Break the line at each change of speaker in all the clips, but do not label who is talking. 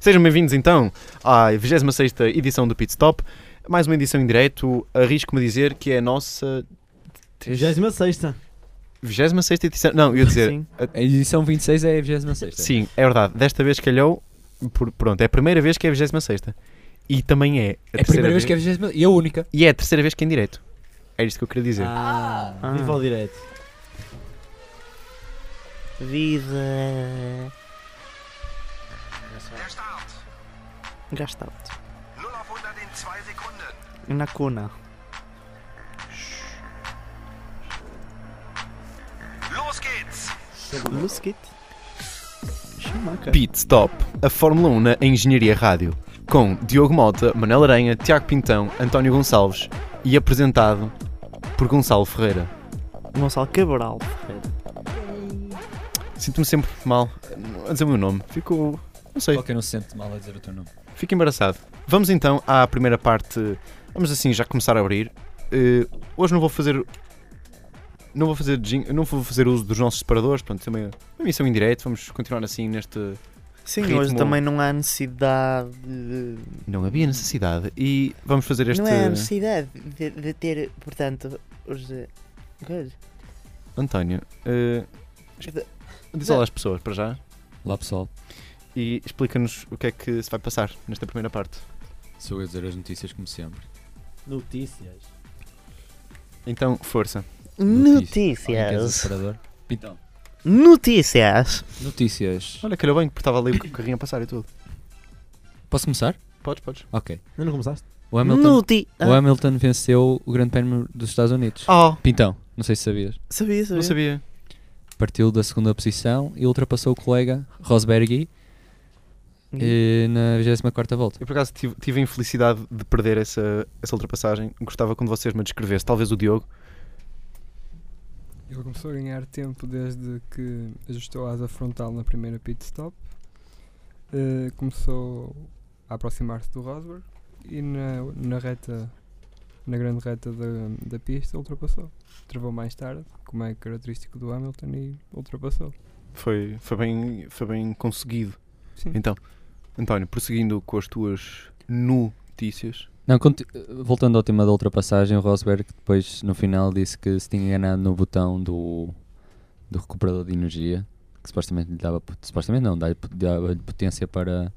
Sejam bem-vindos então à 26ª edição do Pit Stop. Mais uma edição em direto, arrisco-me a dizer que é a nossa...
26
26ª edição? Não, eu ia dizer...
Sim.
a-
A edição 26 é a 26.
Sim, é verdade. Desta vez calhou. por- pronto, é a primeira vez que é a 26 E também é a
É a primeira vez que é a 26 e a única.
E é a terceira vez que é em direto. Era isto que eu queria dizer.
Ah,
Viva ao direito.
Vida. Gastado.
Na cuna. Los kit. Chamaca.
Pit Stop. A Fórmula 1 na Engenharia Rádio. Com Diogo Mota, Manuel Aranha, Tiago Pintão, António Gonçalves. E apresentado por Gonçalo Ferreira.
Gonçalo Cabral.
Sinto-me sempre mal a dizer o meu nome. Fico. Não sei.
qualquer um se sente mal a dizer o teu nome.
Fico embaraçado. Vamos então à primeira parte. Vamos assim já começar a abrir. Eh, hoje não vou fazer. Não vou fazer, jing- não vou fazer uso dos nossos separadores, pronto, também é uma emissão em direto, vamos continuar assim neste...
Sim,
Ritmo.
hoje também não há necessidade. de-
Não havia necessidade e vamos fazer este...
Não é a necessidade de, de ter, portanto, os. eh, coisa.
António, eh,
De-
diz olá às pessoas para já
Lá pessoal,
e explica-nos o que é que se vai passar nesta primeira parte.
sou eu a dizer as notícias como sempre.
Notícias.
Então, força.
Alguém quer dizer
Notícias.
separador? Então,
Notícias.
notícias.
Olha, calhou bem, porque estava ali o carrinho a passar e tudo.
Posso começar?
Podes, podes.
Ok.
Ainda não começaste?
O
é
Hamilton,
Noti. Ah,
o Hamilton venceu o Grande Prémio dos Estados Unidos.
Ah.
Oh,
Pintão, não sei se sabias.
sabia, sabia.
Não sabia.
Partiu da segunda posição e ultrapassou o colega Rosberg
E-
eh, na 24 volta.
Eu por acaso tive, tive a infelicidade de perder essa, essa ultrapassagem. Gostava quando vocês me descrevessem, talvez o Diogo.
Ele começou a ganhar tempo desde que ajustou a asa frontal na primeira pit stop. Eh, começou a aproximar-se do Rosberg e na, na reta, na grande reta da, da pista, ultrapassou. Travou mais tarde, como é característico do Hamilton, e ultrapassou.
Foi, foi, bem, foi bem conseguido.
Sim.
Então, António, prosseguindo com as tuas notícias.
Não, conti- voltando ao tema da ultrapassagem, o Rosberg depois no final disse que se tinha enganado no botão do, do recuperador de energia, que supostamente lhe dava, pot- supostamente não, dava- dava-lhe potência para,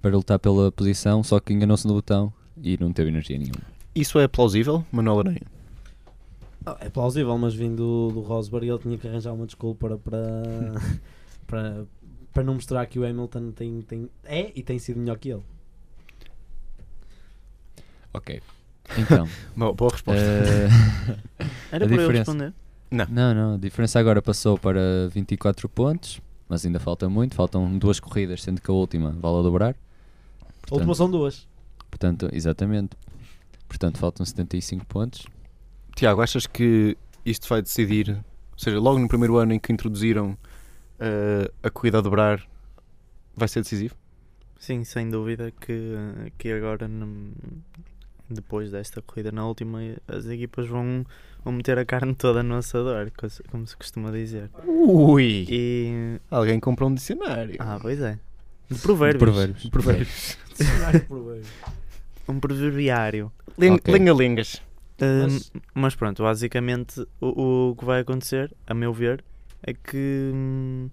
para lutar pela posição, só que enganou-se no botão e não teve energia nenhuma.
Isso é plausível, Manuel Aranha?
Ah, é plausível, mas vindo do Rosberg ele tinha que arranjar uma desculpa para para, para, para não mostrar que o Hamilton tem, tem, é e tem sido melhor que ele.
Ok. Então,
Boa, boa resposta.
eh, a
Era para eu
diferença.
responder.
não, não, a diferença agora passou para 24 pontos, mas ainda falta muito, faltam duas corridas, sendo que a última vale a dobrar.
A última
Portanto,
são duas.
portanto, exatamente. Portanto, faltam 75 pontos.
Tiago, achas que isto vai decidir? Ou seja, logo no primeiro ano em que introduziram eh, a corrida a dobrar, vai ser decisivo?
Sim, sem dúvida que, que agora, num- depois desta corrida, na última, as equipas vão, vão meter a carne toda no assador, co- como se costuma dizer.
Ui!
E.
Alguém comprou um dicionário.
Ah, pois é. De provérbios.
Provérbios.
Um proverbiário.
Len-
Ok.
Lenga-lengas.
Ahm,
Mas-
mas pronto, basicamente o, o que vai acontecer, a meu ver, é que hum,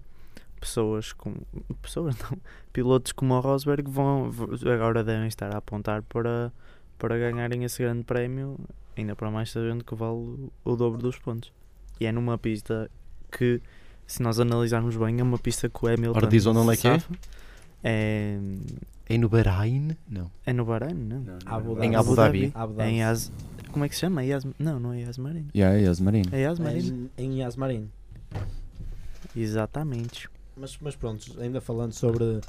pessoas como pessoas não, pilotos como o Rosberg vão v- agora devem estar a apontar para, para ganharem esse grande prémio, ainda para mais sabendo que vale o, o dobro dos pontos. E é numa pista que, se nós analisarmos bem, é uma pista que o Hamilton
Ora, diz onde
se
é que é?
safa. É,
É no Bahrein? Não.
é no Bahrein, não?
Abu
Em
Dhabi.
Abu Dhabi.
Abu
É
Dhabi.
em Yas, como é que se chama? Yas, não, não é Yas Marina.
Yeah, e as Marino.
É Yas Marina.
Em- Em Yas Marino.
Exatamente.
Mas, mas pronto, ainda falando sobre,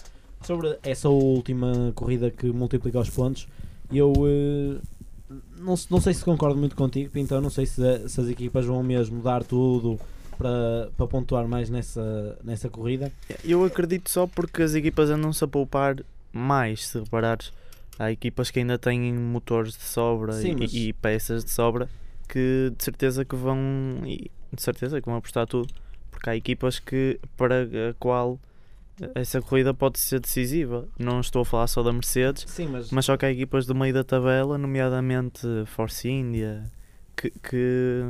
sobre essa última corrida que multiplica os pontos, eu eh, não, se- não sei se concordo muito contigo, Pintão, não sei se, se as equipas vão mesmo dar tudo para, para pontuar mais nessa, nessa corrida.
É, Eu acredito só porque as equipas andam-se a poupar mais, se reparares. Há equipas que ainda têm motores de sobra
Sim,
e,
mas-
e peças de sobra que de certeza que vão e de certeza que vão apostar tudo. Porque há equipas que para a qual essa corrida pode ser decisiva. Não estou a falar só da Mercedes,
Sim, mas,
mas só que há equipas do meio da tabela, nomeadamente Force India, que, que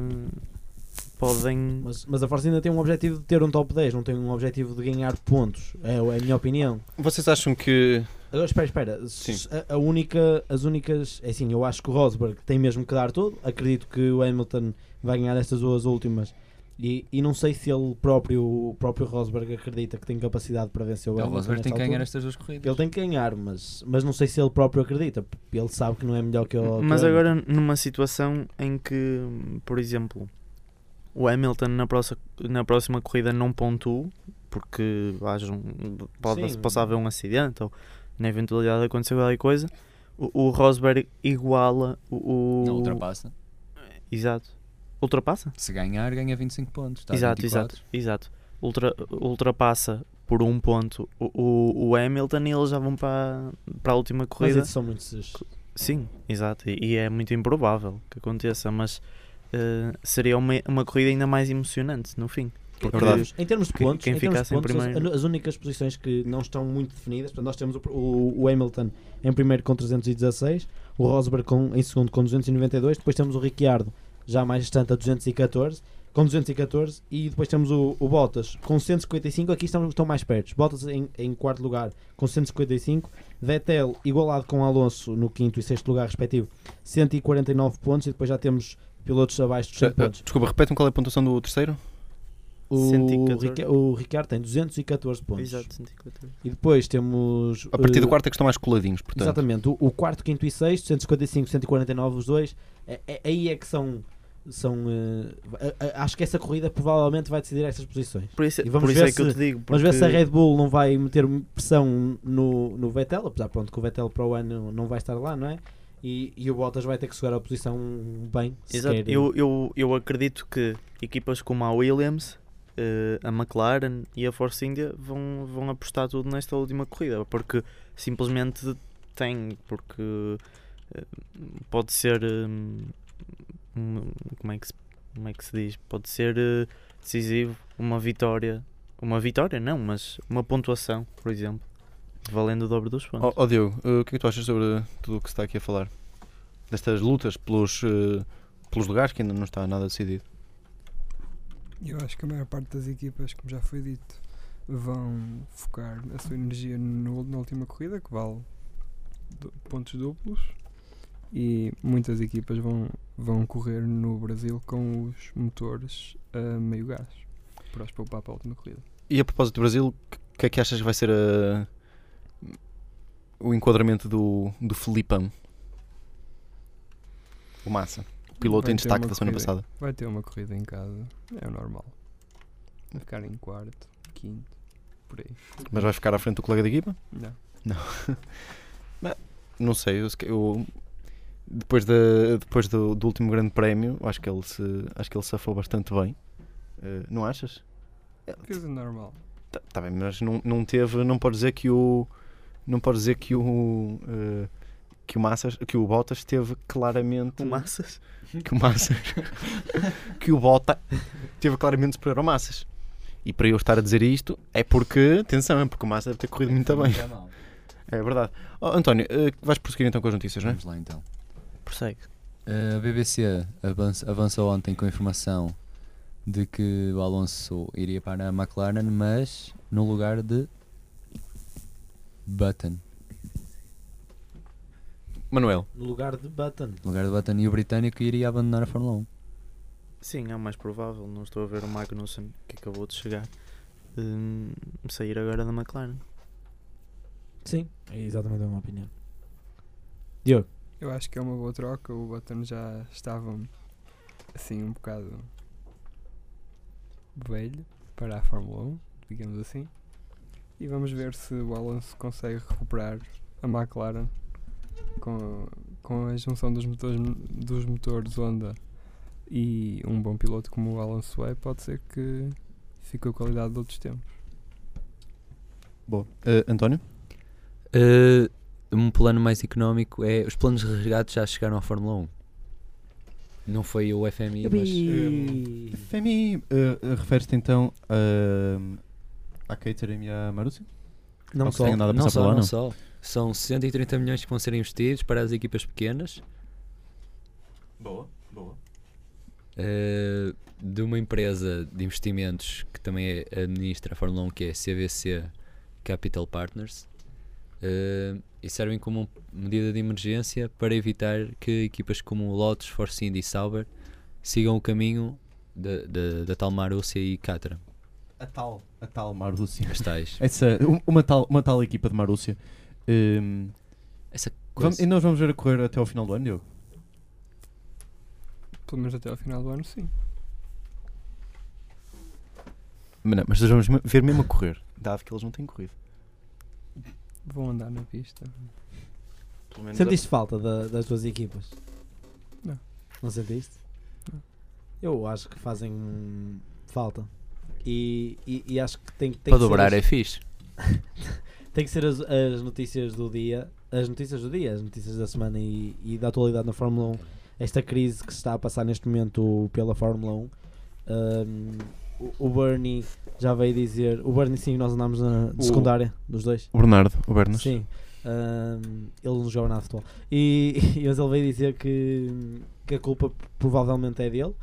podem.
mas, mas a Force ainda tem um objetivo de ter um top 10, não tem um objetivo de ganhar pontos. É, é a minha opinião.
Vocês acham que.
Agora, espera, espera.
Sim.
S- A, a única, as únicas. É assim, eu acho que o Rosberg tem mesmo que dar tudo. Acredito que o Hamilton vai ganhar estas duas últimas. E, e não sei se ele próprio, o próprio Rosberg acredita que tem capacidade para vencer o
O
Hamilton.
Rosberg tem
nesta
que ganhar
altura.
estas duas corridas.
Ele tem que ganhar, mas, mas não sei se ele próprio acredita. porque Ele sabe que não é melhor que o.
Mas
que o
agora numa situação em que, por exemplo, o Hamilton na próxima, na próxima corrida não pontua, porque haja um, pode
Sim.
passar a haver um acidente ou na eventualidade de acontecer qualquer coisa, o, o Rosberg iguala o. o-
Não ultrapassa.
Exato. Ultrapassa?
Se ganhar, ganha 25 pontos. Está a
exato,
24.
exato, exato. Ultra, ultrapassa por um ponto o, o, o Hamilton e eles já vão para, para a última
Mas
corrida.
isso são muitos. esses.
Sim, exato. E, e é muito improvável que aconteça, mas eh, seria uma, uma corrida ainda mais emocionante no fim.
É
Porque
verdade.
Em termos de
É Quem-
pontos,
quem
em termos de
ficasse em
pontos, as-
primeiro.
as, únicas posições que não estão muito definidas, portanto, nós temos o, o, o Hamilton em primeiro com 316, o Rosberg com, em segundo com 292, depois temos o Ricciardo já mais distante a 214, com 214 e depois temos o, o Bottas com 155, aqui estão, estão mais perto. Bottas em, em quarto lugar com 155, Vettel igualado com Alonso no quinto e sexto lugar respectivo, 149 pontos e depois já temos pilotos abaixo dos 100
Ah, ah,
pontos.
Desculpa, repetem qual é a pontuação do terceiro?
O,
114.
Rica o Ricardo tem 214 pontos.
Exato, 114.
E depois temos.
A partir do
eh,
quarto é que estão mais coladinhos, portanto.
Exatamente. O, o quarto, quinto e sexto, 155, 149, os dois. É- é- aí é que são. são eh, a- a- acho que essa corrida provavelmente vai decidir estas posições.
Por isso,
E vamos
por isso
ver
é que eu
se-
te digo.
Vamos ver se a
porque-
Red Bull não vai meter pressão no, no Vettel, apesar pronto, que o Vettel para o ano não vai estar lá, não é? E, e o Bottas vai ter que chegar à posição bem. se
Exato.
quer-
Eu, eu, eu acredito que equipas como a Williams, eh, a McLaren e a Force India vão, vão apostar tudo nesta última corrida, porque simplesmente tem, porque eh, pode ser hum, hum, como é que se, como é que se diz? Pode ser eh, decisivo uma vitória. Uma vitória não, mas uma pontuação, por exemplo. Valendo o dobro dos pontos.
Ó oh, Diogo, eh, o que é que tu achas sobre tudo o que se está aqui a falar? Destas lutas pelos, eh, pelos lugares que ainda não está nada decidido.
Eu acho que a maior parte das equipas, como já foi dito, vão focar a sua energia no- na última corrida, que vale du- pontos duplos, e muitas equipas vão, vão correr no Brasil com os motores a meio gás para os poupar para a última corrida.
E a propósito do Brasil, o que é que achas que vai ser a- o enquadramento do, do Felipão? O Massa, o piloto
Vai
em
ter
destaque
uma
da semana
corrida.
passada.
Vai ter uma corrida em casa, é o normal. Vai ficar em quarto, quinto, por aí.
Mas vai ficar à frente do colega da equipa?
Não.
Não sei, eu, se ca- eu- depois, da, depois do, do último grande prémio, acho que ele se, acho que ele safou bastante bem. Eh, não achas?
Coisa normal.
Tá, tá bem, mas não, não teve, não pode dizer que o não pode dizer que o eh, que o Massas, que o Bottas teve claramente
Com massas?
que o Massas que o Bota teve claramente superior ao Massas. E para eu estar a dizer isto é porque, atenção, é porque o Massa deve ter corrido muito bem.
Está mal.
É verdade. Ó, António, eh, vais prosseguir então com as notícias, não é?
Vamos lá então. Eh,
Prossegue.
A BBC avanç- avançou ontem com a informação de que o Alonso iria para a McLaren, mas no lugar de Button.
Manuel,
No lugar de Button.
No lugar de Button e o britânico iria abandonar a Fórmula 1.
Sim, é o mais provável. Não estou a ver o Magnussen, que acabou de chegar, hum, sair agora da McLaren.
Sim, é exatamente a minha opinião.
Eu acho que é uma boa troca. O Button já estava assim um bocado velho para a Fórmula 1, digamos assim. E vamos ver se o Alonso consegue recuperar a McLaren com, com a junção dos motores, dos motores Honda e um bom piloto como o Alonso é. Pode ser que fique a qualidade de outros tempos.
boa. Eh, António?
Uh, um plano mais económico é. Os planos de resgate já chegaram à Fórmula 1. Não foi o FMI, mas.
Yubi!
eh, Femi, refere-te então a à Catering eh, e à Marussia?
Não
Ok,
só.
tenho nada a
não
pensar
só,
para lá,
não
não.
só. São 130 milhões que vão ser investidos para as equipas pequenas
Boa, boa.
eh, de uma empresa de investimentos que também é- administra a Fórmula 1, que é CVC Capital Partners, eh, e servem como medida de emergência para evitar que equipas como Lotus, Force India e Sauber sigam o caminho da- da da tal Marussia e Catra,
A tal, a tal Marúcia.
as tais.
Essa, um- uma, tal, uma tal equipa de Marúcia. Hum,
Essa
vamos-
coisa.
e nós vamos ver a correr até ao final do ano, Diogo?
Pelo menos até ao final do ano, sim.
Mas, não, mas nós vamos me- ver mesmo a correr. Dado que eles não têm corrido.
Vão andar na pista.
Pelo menos
Sentiste falta da- das duas equipas?
Não.
Não sentiste?
Não.
Eu acho que fazem hum, falta. E, e- e acho que tem, tem
Para
que
dobrar
ser
é
as,
fixe.
tem que ser as, as notícias do dia, as notícias do dia, as notícias da semana e, e da atualidade na Fórmula 1. Esta crise que se está a passar neste momento pela Fórmula 1. hum, o, o Bernie já veio dizer. O Bernie, sim, nós andámos na de
O-
secundária, dos dois.
o Bernardo, o Bernas.
Sim. Ahm, ele não jogava nada de futebol. E, e mas ele veio dizer que, que a culpa provavelmente é dele,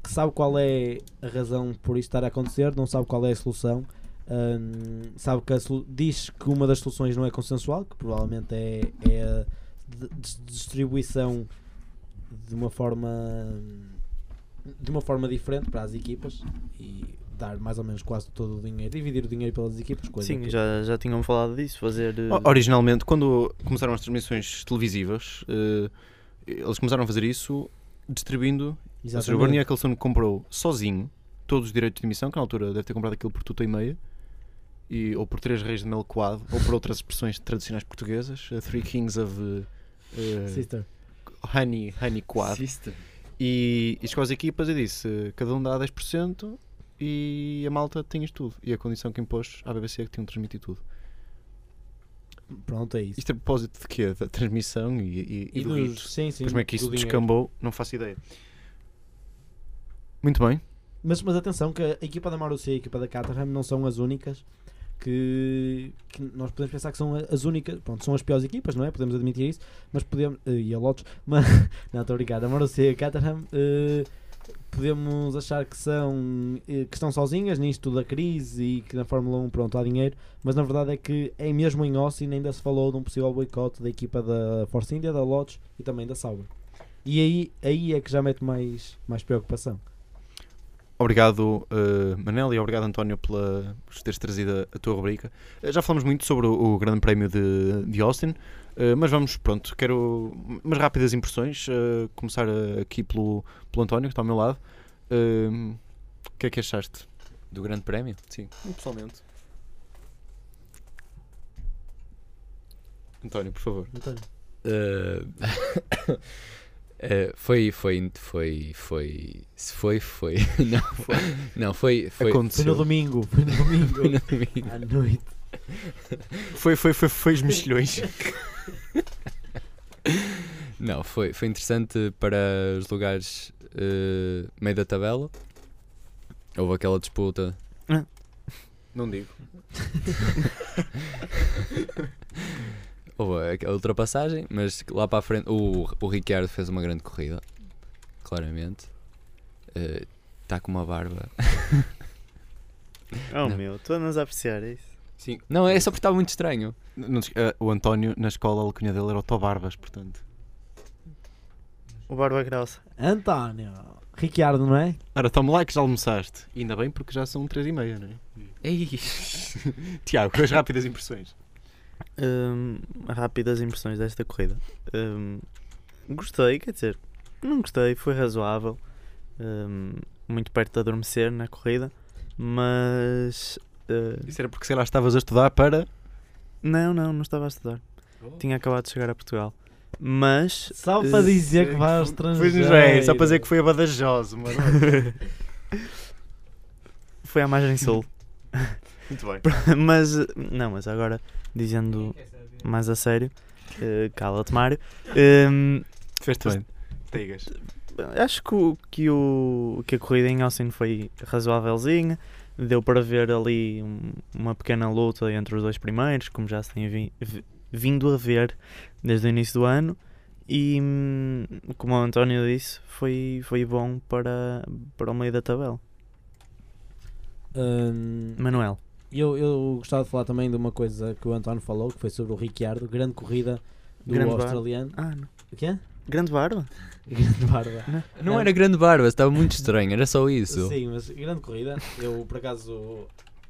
que sabe qual é a razão por isto estar a acontecer, não sabe qual é a solução. ahm, sabe que a solu- diz que uma das soluções não é consensual, que provavelmente é, é a de- de- distribuição de uma forma de uma forma diferente para as equipas e dar mais ou menos quase todo o dinheiro, dividir o dinheiro pelas equipas, coisa tipo?
Sim,
que-
já, já tinham falado disso, fazer. eh,
O- Originalmente, quando começaram as transmissões televisivas, eh, eles começaram a fazer isso distribuindo. Ou seja, o
Exatamente.
Bernie Ecclestone comprou sozinho todos os direitos de emissão, que na altura deve ter comprado aquilo por tuta e meia, e, ou por três reis de mel coado, ou por outras expressões tradicionais portuguesas, a Three Kings of eh, eh,
Sister.
Honey, honey Quad. E, e chegou às equipas e disse: cada um dá 10% e a malta tem isto tudo. E a condição que impôs à BBC é que tinham de transmitir tudo.
Pronto, é isso.
Isto é a propósito de quê? Da transmissão e, e- e do
dos-
rito.
sim, sim,
Depois como é que
do
isso
dinheiro.
descambou? Não faço ideia. Muito bem.
Mas, mas atenção que a equipa da Marussia e a equipa da Caterham não são as únicas que, que nós podemos pensar que são a- as únicas, pronto, são as piores equipas, não é? Podemos admitir isso, mas podemos, eh, e a Lotus, mas, não, estou a brincar, a Marussia e a Caterham eh, podemos achar que são, eh, que estão sozinhas nisto da crise e que na Fórmula 1, pronto, há dinheiro, mas na verdade é que é mesmo em Austin ainda se falou de um possível boicote da equipa da Force India, da Lotus e também da Sauber. E aí, aí é que já mete mais, mais preocupação.
Obrigado, eh, Manel, e obrigado, António, pela, por teres trazido a, a tua rubrica. Eh, já falamos muito sobre o, o Grande Prémio de, de Austin, eh, mas vamos, pronto, quero umas rápidas impressões. eh, começar eh, aqui pelo, pelo António, que está ao meu lado. Eh, O que é que achaste?
Do Grande Prémio?
Sim, pessoalmente. António, por favor.
Uh, uh, foi, foi, foi, foi, se foi, foi, não, foi, não, foi, foi,
Foi no
Aconteceu.
domingo, foi no
foi
domingo.
no domingo.
à noite.
Foi, foi, foi, foi os mexilhões.
não, foi, foi interessante para os lugares uh, meio da tabela, houve aquela disputa,
Não digo.
houve aquela ultrapassagem, mas lá para a frente, o, o Ricciardo fez uma grande corrida, claramente, está com uma barba,
Oh
não.
meu, tu andas a apreciar isso.
sim, não, é só porque estava muito estranho,
Não te esque- ah, o António, na escola, a alcunha dele era o Tobarbas, portanto.
O Barba Grossa.
António. Ricciardo, não é?
Ora, toma lá que já almoçaste. E ainda bem porque já são três e meia, não é?
Ei.
Tiago, as rápidas impressões.
Hum, rápidas impressões desta corrida. Hum, gostei, quer dizer, não gostei, foi razoável. Hum, muito perto de adormecer na corrida, mas. eh,
Isso era porque, sei lá, estavas a estudar para...
não, não, não estava a estudar.
Oh.
Tinha acabado de chegar a Portugal. Mas.
Só
eh,
para dizer que vai ao
Pois
estrangeiro.
não é, só para dizer que foi a Badajoz, mano.
foi à margem sul.
Muito bem.
mas. eh, Não, mas agora, dizendo mais a sério, eh, cala-te, Mário. Hum,
Fez-te bem. Digas.
acho que, o, que, o, que a corrida em Austin foi razoávelzinha. deu para ver ali um- uma pequena luta entre os dois primeiros, como já se tem vi- vi- vindo a ver desde o início do ano. E hum, como o António disse, foi, foi bom para, para o meio da tabela.
Hum,
Manuel,
eu, eu gostava de falar também de uma coisa que o António falou, que foi sobre o Ricciardo, grande corrida do
Grande bar.
australiano.
ah, não.
O quê?
grande barba.
Grande barba.
Não era grande barba, estava muito estranho, era só isso.
Sim, mas grande corrida. Eu, por acaso,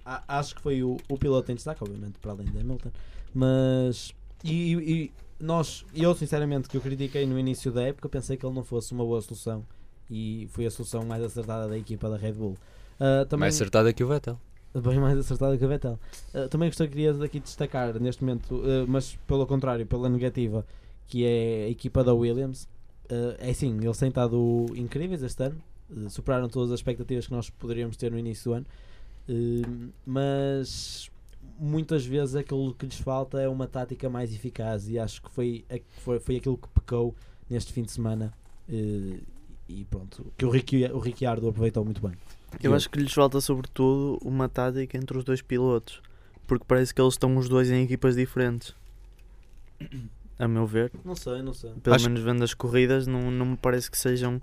a- acho que foi o, o piloto em destaque, obviamente, para além de Hamilton. Mas. E, e- e nós, eu sinceramente, que eu critiquei no início da época, pensei que ele não fosse uma boa solução. E foi a solução mais acertada da equipa da Red Bull. Ah, também,
Mais acertado é que o Vettel.
Bem mais acertada que a Vettel. Ah, também gostaria queria daqui destacar, neste momento, ah, mas pelo contrário, pela negativa, que é a equipa da Williams. Ah, é sim, eles têm estado incríveis este ano, ah, superaram todas as expectativas que nós poderíamos ter no início do ano, Ah, mas muitas vezes aquilo que lhes falta é uma tática mais eficaz e acho que foi, a- foi, foi aquilo que pecou neste fim de semana. ah, e pronto, que o, Riqui, o Ricciardo aproveitou muito bem.
Eu acho que lhes falta, sobretudo, uma tática entre os dois pilotos. Porque parece que eles estão os dois em equipas diferentes. A meu ver.
Não sei, não sei.
Pelo
Acho-
menos vendo as corridas, não, não me parece que sejam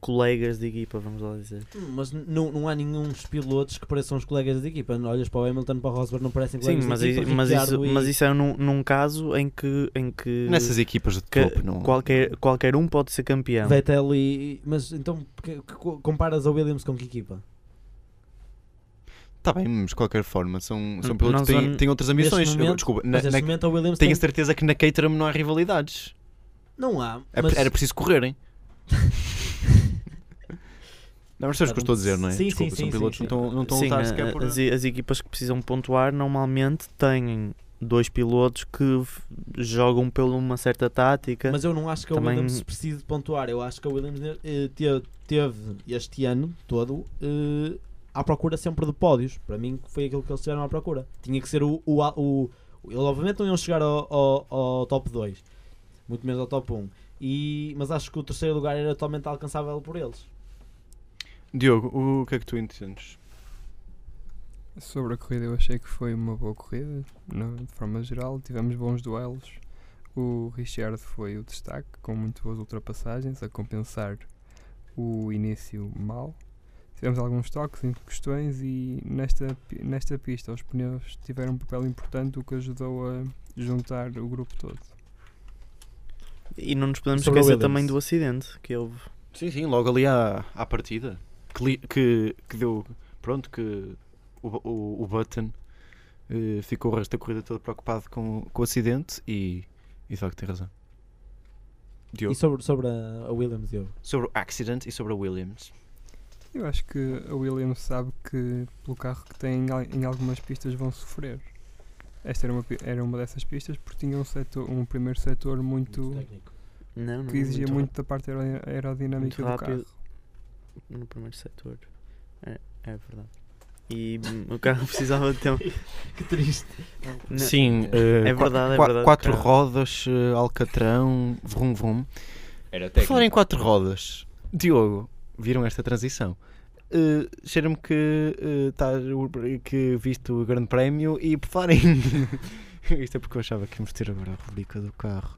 colegas de equipa, vamos lá dizer.
Hum, Mas n- não, não há nenhum dos pilotos que pareçam os colegas de equipa. Olhas para o Hamilton, para o Rosberg, não parecem
Sim,
colegas
mas,
de
i-
equipa.
mas, isso,
Ricciardo e-
mas isso é num, num caso em que, em que
Eh, Nessas equipas de
que
topo, não.
qualquer, qualquer um pode ser campeão.
Vettel e. Mas então, que- que co- comparas a Williams com que equipa?
Está Tá bem, mas de qualquer forma, são, são
Hum,
pilotos que
nós
têm,
on-
têm outras ambições.
momento-
Eu- Desculpa, na-
Mas neste
na-
momento a Williams
tenho a
tem.
certeza que na Caterham não há rivalidades.
Não há.
É-
mas-
Era preciso correrem. não, mas sabes o que eu estou a dizer, não é?
Sim, sim,
Desculpa, são
sim,
pilotos
sim,
que não estão- não estão a
Sim,
lutar sequer
a-
por.
as, e- as equipas que precisam pontuar normalmente têm dois pilotos que f- jogam por uma certa tática.
Mas eu não acho que a
Também-
Williams precise de pontuar. Eu acho que a Williams eh, te- teve este ano todo eh, à procura sempre de pódios. Para mim, foi aquilo que eles tiveram à procura. Tinha que ser o. o, a- o, o- eles, obviamente, não iam chegar ao, ao- ao top 2, muito menos ao top 1. E, mas acho que o terceiro lugar era totalmente alcançável por eles.
Diogo, o que é que tu entendes?
Sobre a corrida, eu achei que foi uma boa corrida, na- de forma geral. Tivemos bons duelos. O Richard foi o destaque, com muito boas ultrapassagens, a compensar o início mau. Tivemos alguns toques em questões e nesta, pi- nesta pista os pneus tiveram um papel importante, o que ajudou a juntar o grupo todo.
E não nos podemos
Sobre a
esquecer
Williams.
também do acidente que houve.
Sim, sim, logo ali à, à partida. Que, li- que, que deu. Pronto, que o, o, o Button eh, ficou o resto da corrida toda preocupado com, com o acidente e, e de facto tem razão. Diogo.
E sobre, sobre a, a Williams, eu.
Sobre o accident e sobre a Williams.
Eu acho que a Williams sabe que pelo carro que tem em al- em algumas pistas vão sofrer. Esta era uma, pi- era uma dessas pistas porque tinha um, setor, um primeiro setor muito,
técnico.
Não, não,
que exigia muito,
muito
da parte aero- aerodinâmica
muito
do carro.
rápido. rápido no primeiro setor. É, é verdade. E hum, o carro precisava de tempo.
Que triste.
Não,
Sim, eh,
é verdade, é verdade,
Quatro
cara.
rodas, eh, Alcatrão, vrum vrum.
Era
Por falar em quatro rodas, Diogo, viram esta transição? Eh, Cheira-me que, eh, tá- que viste o Grande Prémio e por falar em. Isto é porque eu achava que íamos ter agora a rubrica do carro.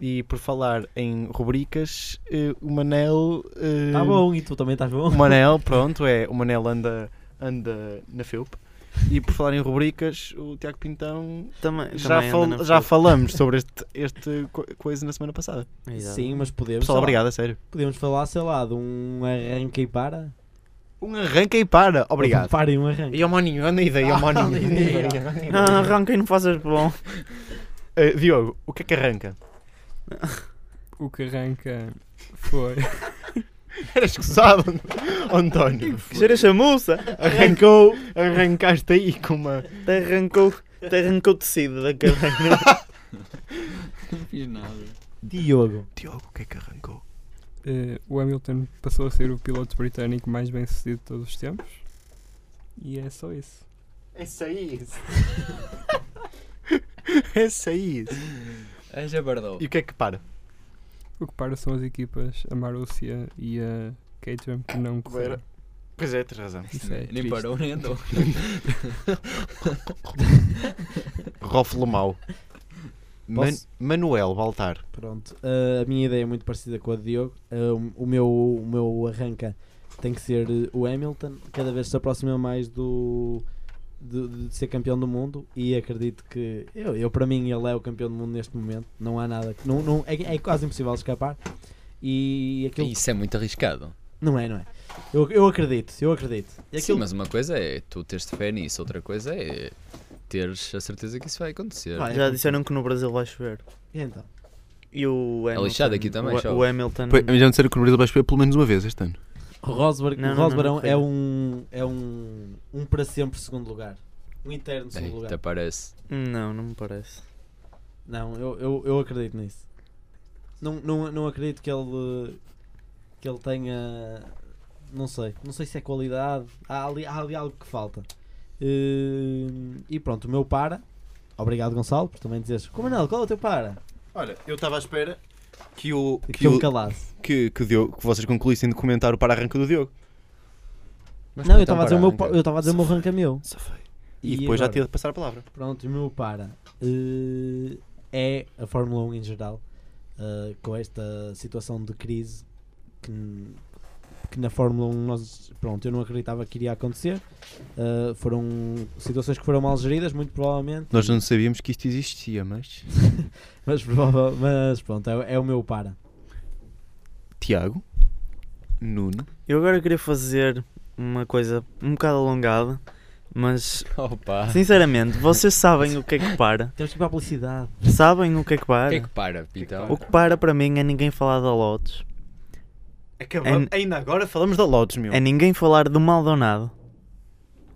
E por falar em rubricas, eh, o Manel. eh,
Está Tá bom, e tu também estás bom.
o Manel, pronto, é, o Manel anda, anda na FEUP. E por falar em rubricas, o Tiago Pintão.
Também,
Já,
também anda
fal-
na
já
frente.
falamos sobre este, este co- coisa na semana passada.
Exato.
Sim, mas podemos.
Pessoal,
sei lá,
obrigado, a sério.
Podemos falar, sei lá, de um arranque e para.
Um arranca e para,
Um
obrigado.
para e um arranque.
E o Moninho, anda aí daí, o Moninho.
Não, arranca e não fazes bom.
Eh, Diogo, o que é que arranca?
O que arranca foi.
Era escusado, António.
Cheira chamuça.
Arrancou, arrancaste aí com uma.
Te arrancou, te arrancou tecido da cadeira.
Não fiz nada.
Diogo.
Diogo, o que é que arrancou?
eh, o Hamilton passou a ser o piloto britânico mais bem sucedido de todos os tempos. E é só isso.
É só isso. é só isso.
É Jabardão.
E o que é que para?
O que para são as equipas, a Marúcia e a Caterham, que não correram.
Pois é, tens razão.
Isso é
Nem
triste.
parou, nem andou.
Rolf Lemau. Man-
Posso?
Manuel Baltar.
Pronto, uh, a minha ideia é muito parecida com a de Diogo. Uh, o, meu, o meu arranca tem que ser uh, o Hamilton, cada vez se aproxima mais do de, de ser campeão do mundo e acredito que eu, eu para mim ele é o campeão do mundo neste momento. Não há nada que não, não é, é quase impossível escapar. E aquilo
Isso é muito arriscado.
não é, não é. Eu, eu acredito, eu acredito. E
Sim,
aquilo
mas uma coisa é tu teres fé nisso, outra coisa é teres a certeza que isso vai acontecer. É,
Vai.
Já disseram que no Brasil vai chover.
E então,
E o
É
Hamilton.
lixado aqui também,
o,
chove.
o Hamilton.
Já disseram que o Brasil vai chover pelo menos uma vez este ano.
o Rosberg,
Não,
o
não,
Rosberg
não, não,
é
não.
um é um um para sempre segundo lugar. Um eterno segundo
Ei,
lugar.
É, até parece.
Não, não me parece.
Não, eu, eu, eu acredito nisso. Não, não, não acredito que ele que ele tenha. Não sei. Não sei se é qualidade. Há ali, há ali algo que falta. Hum, E pronto, o meu para. Obrigado, Gonçalo, por também dizeres. Como não? Qual é o teu para? um
Olha, eu estava à espera que o
Que,
que, um
eu me
o,
calasse.
que, que o Diogo- que vocês concluíssem de comentar o para-arranca do Diogo.
Mas
Não, eu
então
estava a dizer o meu,
para,
pa- eu estava a dizer o meu ranca meu.
E, depois já
agora?
tinha de passar a palavra.
Pronto, o meu para eh, é a Fórmula 1 em geral, eh, com esta situação de crise que, n- que na Fórmula 1 nós, pronto, eu não acreditava que iria acontecer. Eh, foram situações que foram mal geridas, muito provavelmente.
Nós não sabíamos que isto existia, mas.
Mas, prova- mas pronto, é, é o meu para.
Tiago, Nuno,
Eu agora queria fazer uma coisa um bocado alongada, mas
Ah.
Opa.
sinceramente, vocês sabem o que é que para?
Temos que ir para a publicidade.
Sabem o que é que
O
para?
que é que para, Pitão?
O que para para mim é ninguém falar da Lotus,
Acabamos, ainda agora falamos da Lotus, meu.
é ninguém falar do Maldonado.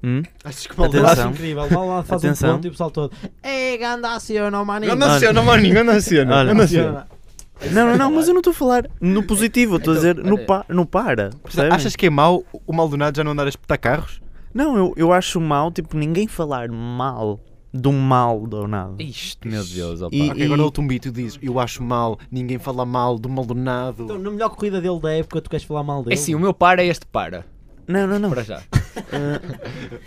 Hum?
Achas que
Atenção.
Acho incrível, mal lá faz um
Atenção.
ponto e o pessoal todo. É Gandaciona, maninho!
Não naciona, maninho, não naciona.
Olha,
não naciona.
Não, não, não, mas eu não estou a falar no positivo, eu estou a
Então,
dizer no,
olha.
pa- no para. percebem?
Achas que é mau o Maldonado já não andar a espetar carros?
Não, eu, eu acho mal, tipo, ninguém falar mal do Maldonado.
Isto, meu Deus, opa.
E-
Ok, agora o Tumbito diz: Eu acho mal, ninguém fala mal do Maldonado.
Então, na melhor corrida dele da época, tu queres falar mal dele?
É sim, o meu para é este para.
Não, não, não.
Para já.
Ah,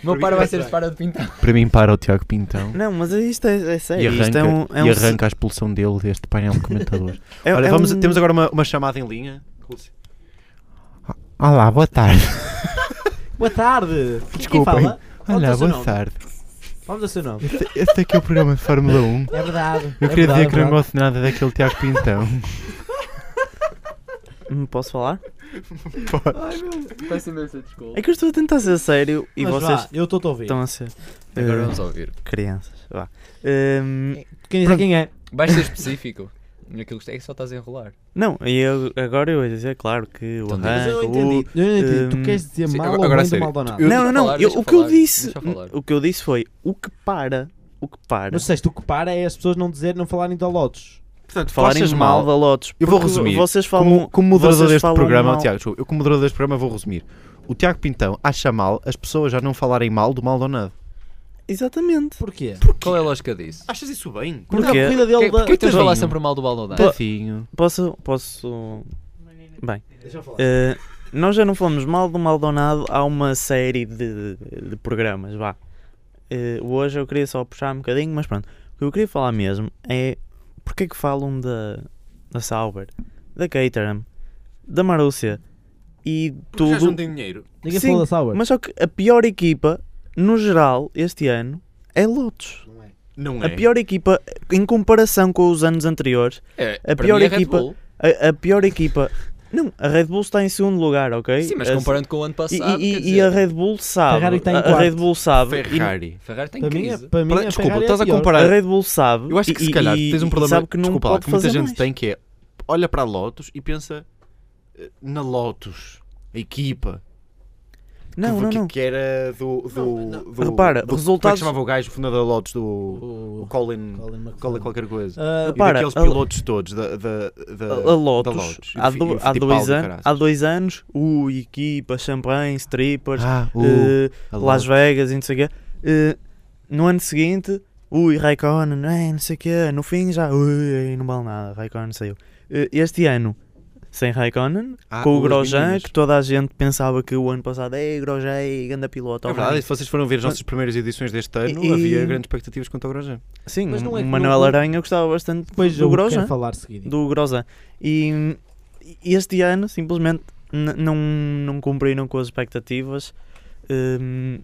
O meu
é
para vai ser este para de Pintão.
Para mim, para o Tiago Pintão.
não, mas isto é, é
E
sério. isto
arranca,
é um. É um
e arranca a expulsão dele deste painel de comentadores.
é-
Olha,
é
vamos-
um-
temos agora uma, uma chamada em linha. Olá, boa tarde.
Boa tarde! Quem-
Desculpem.
Quem fala? Qual é o
Olá,
seu
boa
nome?
tarde.
Vamos ao seu nome.
Este, este aqui é o programa de Fórmula 1.
É verdade.
Eu queria
é verdade,
dizer que
é
não
verdade.
gosto nada daquele Tiago Pintão.
Hum, Posso falar?
Peço imensa desculpa.
É que eu estou a tentar ser sério e
Mas
vocês
vá, eu estou a ouvir.
estão a ser.
Agora
eh,
vamos ouvir.
crianças. Vá. Hum,
Quem diz quem é?
Vais ser específico. Naquilo que é que só estás a enrolar.
não, e eu- agora eu vou dizer, claro, que o
Então diz.
Mas
arranco.
eu não entendi. Eu não entendi. tu
hum,
queres dizer
sim,
mal
agora-
ou
agora
bem do
sério.
Maldonado?
o...
Eu-
Eu...
Não,
Deixa
não,
falar,
eu-
deixa
o que eu
falar,
disse.
deixa falar.
O que eu disse foi o que para. O que para.
Mas disseste, o que para é as pessoas não dizer, não falarem de Lotus.
Portanto,
Falarem mal, da Lotus.
Eu vou
porque
resumir.
Vocês falam.
Como, como moderador
vocês
deste
falam
programa,
mal-
Tiago, desculpa, eu como moderador deste programa vou resumir. O Tiago Pintão acha mal as pessoas já não falarem mal do Maldonado.
Exatamente.
Porquê?
Qual é a lógica disso?
Achas isso bem?
Porque
Porquê?
a corrida dele
Porquê
da...
porquê que tens de falar
Tadinho.
sempre mal do Baldonado?
Tadinho.
Posso. Posso. Bem.
Deixa eu falar.
eh, nós já não falamos mal do Maldonado. Há uma série de, de programas, vá. Eh, hoje eu queria só puxar um bocadinho, mas pronto. O que eu queria falar mesmo é. Porquê que falam da. da Sauber, da Caterham, da Marúcia e tudo.
tem dinheiro.
Ninguém
sim,
falou da
tipo-
Sauber.
Mas só que a pior equipa, no geral, este ano, é Lotus.
Não é.
Não
A pior equipa, em comparação com os anos anteriores,
É,
A
para
pior
mim é Red
equipa-
Bull.
a, a pior equipa. Não, a Red Bull está em segundo lugar, ok?
Sim, mas
A-
comparando com o ano
e,
passado,
e-
quer
e
dizer,
a Red Bull sabe.
Ferrari está em
a- a
quarto.
Red Bull sabe. e-
Ferrari.
Ferrari tem
Para mim, é-
crise.
para mim
Para-
a
desculpa,
Ferrari é
estás a
pior.
comparar.
a Red Bull sabe.
Eu acho que
e-
se calhar
e-
tens um
e
problema
sabe que não
desculpa, lá,
pode
que muita
fazer
gente
mais.
tem que é olha para a Lotus e pensa eh, na Lotus, a equipa
Não,
que, Tipo,
não,
que-
não. Ah,
que era do, do, do-
Repara,
do- como é que
resultados-
chamava o gajo, o fundador da Lotus do o
O
Colin,
Colin
Colin
McFarlane.
qualquer coisa.
Ah,
E
Repara,
daqueles
a-
pilotos todos da, da, da,
A a Lotus,
da é Lotus. E
há,
o fi-
do-
e tipo o
há dois
Fittipaldi,
anos,
caraças.
há dois anos, o equipa, champanhe, strippers,
Ah, o,
eh,
a
Las
Lotus.
Vegas e não sei o quê. Eh, no ano seguinte, ui, é, Raikkonen, eh, não sei o quê. No fim já, ui, não vale nada, Raikkonen saiu. Eh, este ano, sem Raikkonen,
Ah,
com o
as
Grosjean,
meninas.
que toda a gente pensava que o ano passado, ei, Grosjean, grande piloto.
É
oh,
verdade, e
mãe."
se vocês foram ver as nossas primeiras edições deste ano,
E-
havia grandes expectativas quanto ao Grosjean.
Sim,
Mas não é
o
que
Manuel
não-
Aranha gostava bastante
Depois
do
eu
Grosjean.
quero né? falar seguido.
do Grosan. E e este ano simplesmente n- não, não cumpriram com as expectativas. hum,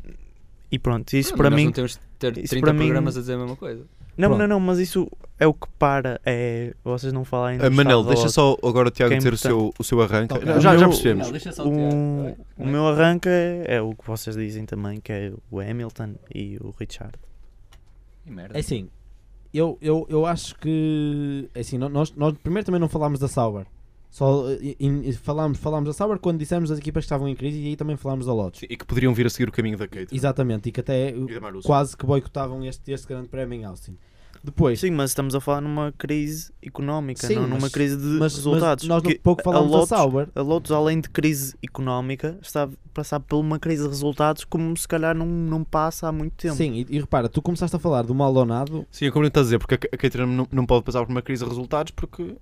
e pronto, isso
Ah,
para
mas nós
mim.
Não temos de ter
isso
30
para mim-
programas a dizer a mesma coisa.
Não,
Pronto.
não, não, mas isso é o que para. É vocês não falarem do
Ah, Manel,
estado
deixa
do
só agora o Tiago
Que é
dizer o seu, o seu arranque.
Ok.
Não, já, já
Meu-
percebemos.
Não,
deixa só
outro. Um, O, o meu arranque é, é o que vocês dizem também, que é o Hamilton e o Richard.
merda.
É assim, eu, eu, eu acho que. É assim, no- nós, nós primeiro também não falámos da Sauber. Só eh, em- em- falámos, falámos da Sauber quando dissemos as equipas que estavam em crise e aí também falámos da Lotus.
E que poderiam vir a seguir o caminho da Kate.
Exatamente, e que até eh,
E da Marussia.
quase que boicotavam este, este grande prémio em Austin. Depois,
Sim, mas estamos a falar numa crise económica,
Sim,
não numa
mas-
crise de
mas, mas
resultados.
nós
porque
no pouco
a
falámos da
Lotus-
Sauber.
A Lotus, além de crise económica, está a passar por uma crise de resultados como se calhar não, não passa há muito tempo.
Sim, e, e repara, tu começaste a falar do Maldonado.
Sim, é eu compreendo o que estás a dizer, porque a Caterham não, não pode passar por uma crise de resultados porque.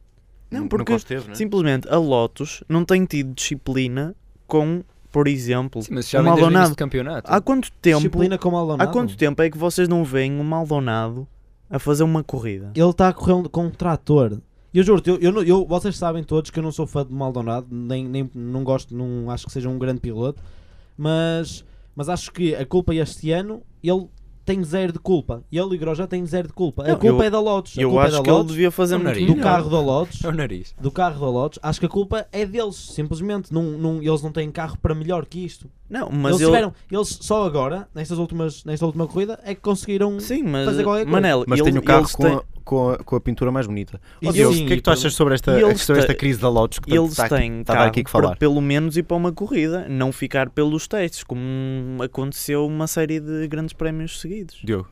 Não,
n-
porque
Nunca os teve, né?
Simplesmente, a Lotus não tem tido disciplina com, por exemplo,
Sim, mas já
o
vem desde o início
Maldonado. Ah,
do campeonato.
Há quanto tempo,
Disciplina com o
há
Maldonado.
quanto tempo é que vocês não veem o Maldonado a fazer uma corrida?
Ele está a correr um- com um trator. Eu juro-te, eu, eu, não- eu- vocês sabem todos que eu não sou fã de Maldonado, nem, nem não gosto, não acho que seja um grande piloto, mas, mas acho que a culpa é este ano, ele tem zero de culpa. Ele e Grosjean têm zero de culpa. A
Não,
culpa
eu-
é da Lotus. A
Eu
culpa é
acho
da
que ele
Lotus,
devia fazer
O
muito
nariz.
melhor.
do carro da Lotus.
É o nariz.
Do carro da Lotus, acho que a culpa é deles, simplesmente. Não, não, eles não têm carro para melhor que isto.
Não, mas
eles,
ele...
tiveram, eles só agora, nestas últimas, nesta última corrida, é que conseguiram.
Sim, mas
fazer qualquer coisa.
Manel,
Mas
ele,
tem o carro
eles
com,
têm-
a, com, a, com a pintura mais bonita.
E
Ó, Diogo,
sim,
o que é que tu
e-
achas sobre esta,
e eles
sobre esta
têm-
crise da Lotus que tanto
eles
está aqui-
têm
está a dar
carro
aqui que
para
falar?
pelo menos ir para uma corrida, não ficar pelos testes, como aconteceu uma série de grandes prémios seguidos.
Diogo,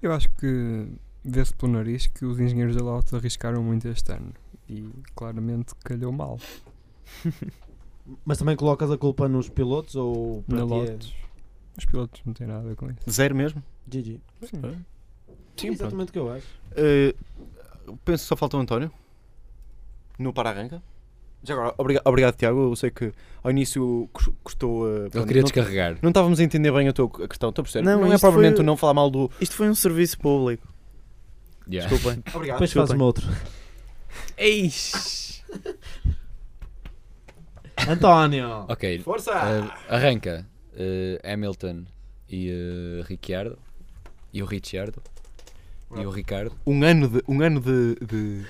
Eu acho que vê-se pelo nariz que os engenheiros da Lotus arriscaram muito este ano e claramente calhou mal
Mas também colocas a culpa nos pilotos ou para
na
ti é-
Lotus. Os pilotos não têm nada a ver com isso.
zero mesmo?
GG.
Sim.
Sim, exatamente o que eu acho.
Eh, penso que só falta o António no para-arranca. Já agora, obriga- obrigado, Tiago. Eu sei que ao início cus- custou. eh,
Ele
pronto,
queria
não,
descarregar.
não estávamos a entender bem a tua cu- a questão, estou a perceber.
Não,
Não, é
isto
provavelmente
foi-
o não falar mal do.
Isto foi um serviço público,
Yeah.
desculpem.
Obrigado.
Depois fazes-me outro.
Eish.
António!
Ok,
Força!
eh, arranca eh, Hamilton e eh, Ricciardo. E o Ricciardo. E o Ricardo.
Um ano de, um ano de, de,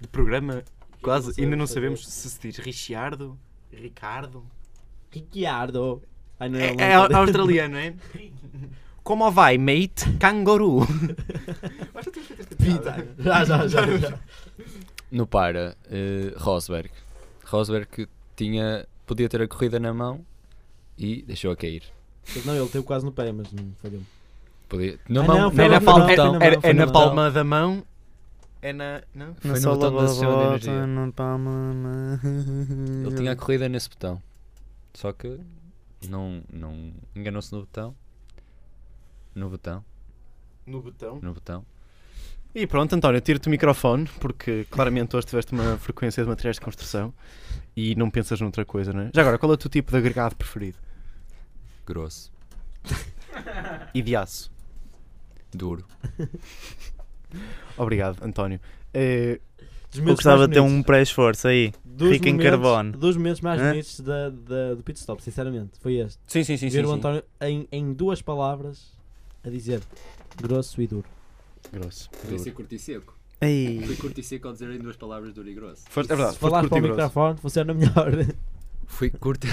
de programa, quase. Ainda não sabemos se se diz Richiardo, Ricardo.
Ricciardo! Ai, não
É,
ele não tá-
é
pode-
australiano, é? Como vai, mate? Canguru.
Pita. Já, já, já. já.
No para, eh, Rosberg. Rosberg que tinha, podia ter a corrida na mão e deixou-a cair.
não, ele teve quase no pé, mas não falhou.
Podia, na
Ah,
mão,
não,
não,
foi
É
na
na,
no
palma,
palma,
botão,
é-
foi
é-
no
é na
botão.
palma da mão. É na. Não?
Foi no botão da sistema de energia.
na palma da mão.
Ele tinha a corrida nesse botão. Só que não, não enganou-se no botão. No botão,
No botão.
no botão.
E pronto, António, tiro-te o microfone, porque claramente hoje tiveste uma frequência de materiais de construção e não pensas noutra coisa, não é? Já agora, qual é o teu tipo de agregado preferido?
Grosso,
E de aço.
duro.
Obrigado, António. Eh,
Dos
Eu
momentos
gostava
mais
de ter um
bonitos-
pré-esforço aí.
dos
rico em
momentos-
carbono.
Dos momentos mais
Hã?
bonitos da, da- do pit stop, sinceramente. Foi este.
sim, sim, sim.
Ver o António em, em duas palavras a dizer grosso e duro.
Grosso.
curto e seco.
Ei,
curto e seco ao dizer em duas palavras duro e grosso.
Foste, é verdade,
Se
foste
falares
curto
para
e
o
grosso.
microfone, funciona melhor.
Fui curto.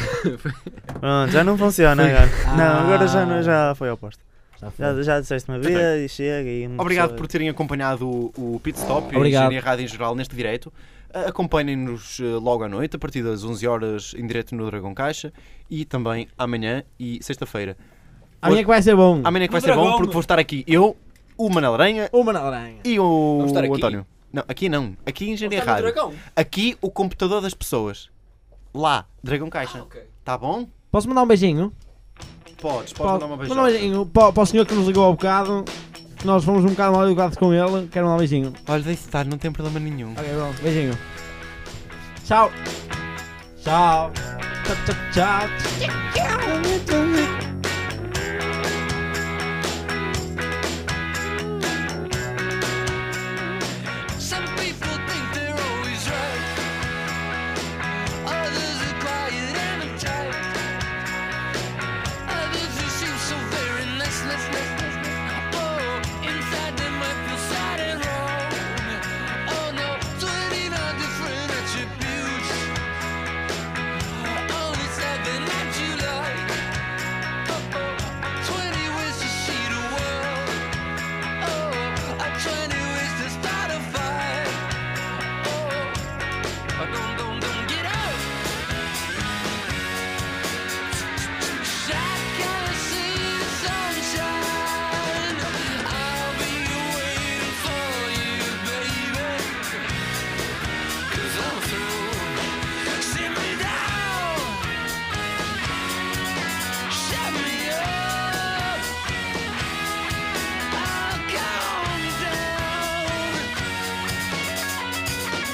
pronto, já não funciona agora. Não, agora já, não-
Ah.
já foi ao posto.
Já foi.
Já, já disseste uma vez e chega e uma
Obrigado por
pessoa-
terem acompanhado o, o Pit Stop e a
Obrigado.
Engenharia Rádio em geral neste direto. A- Acompanhem-nos eh, logo à noite, a partir das 11 horas, em direto no Dragão Caixa e também amanhã e sexta-feira.
Amanhã é que vai ser bom.
Amanhã é que vai ser bom porque vou estar aqui eu, o Manel Aranha
Uma na aranha.
e o
Vamos estar aqui?
António. Não, aqui não. Aqui em Engenharia Rádio. Aqui o computador das pessoas. Lá, Dragão
Ah,
Caixa. Tá bom?
Posso mandar um beijinho?
Podes, podes
Pode-
mandar uma
Mandar um
beijada.
beijinho para, para o senhor que nos ligou há bocado. que Nós fomos um bocado mal educados com ele. Quero mandar um beijinho.
Olha, deixa estar, não tem problema nenhum.
Ok, bom. Beijinho. Tchau. Tchau. Tchau, tchau, tchau.
Some people think they're always right. Others are quiet and uptight. Others who seem so very nice, nice, nice, nice, nice. Oh, inside they might feel sad and wrong. Oh no, 29 different attributes. Only seven that you like. Oh, oh, 20 ways to see the world. Oh, I'm trying to ways to start a fight. Oh, oh, don't, don't, don't get out. I gotta see the sunshine. I'll be waiting for you, baby. 'Cause I'm through. Sit me down. Shut me up. I'll calm down and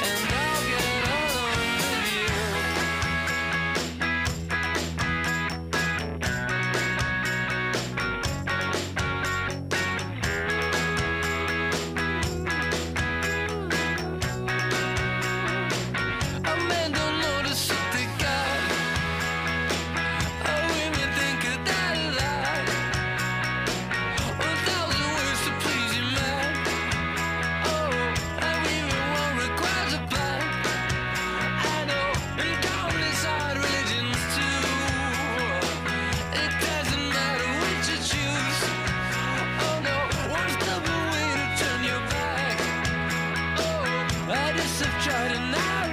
I'll get on with you. A man don't notice what they got. A women think that a lot. One thousand words to please your man. Oh, and even one requires a plan. I know, and countless hard religions too. It doesn't matter which you choose. Oh no, one stubborn way to turn your back. Oh, I Oh, just have tried and I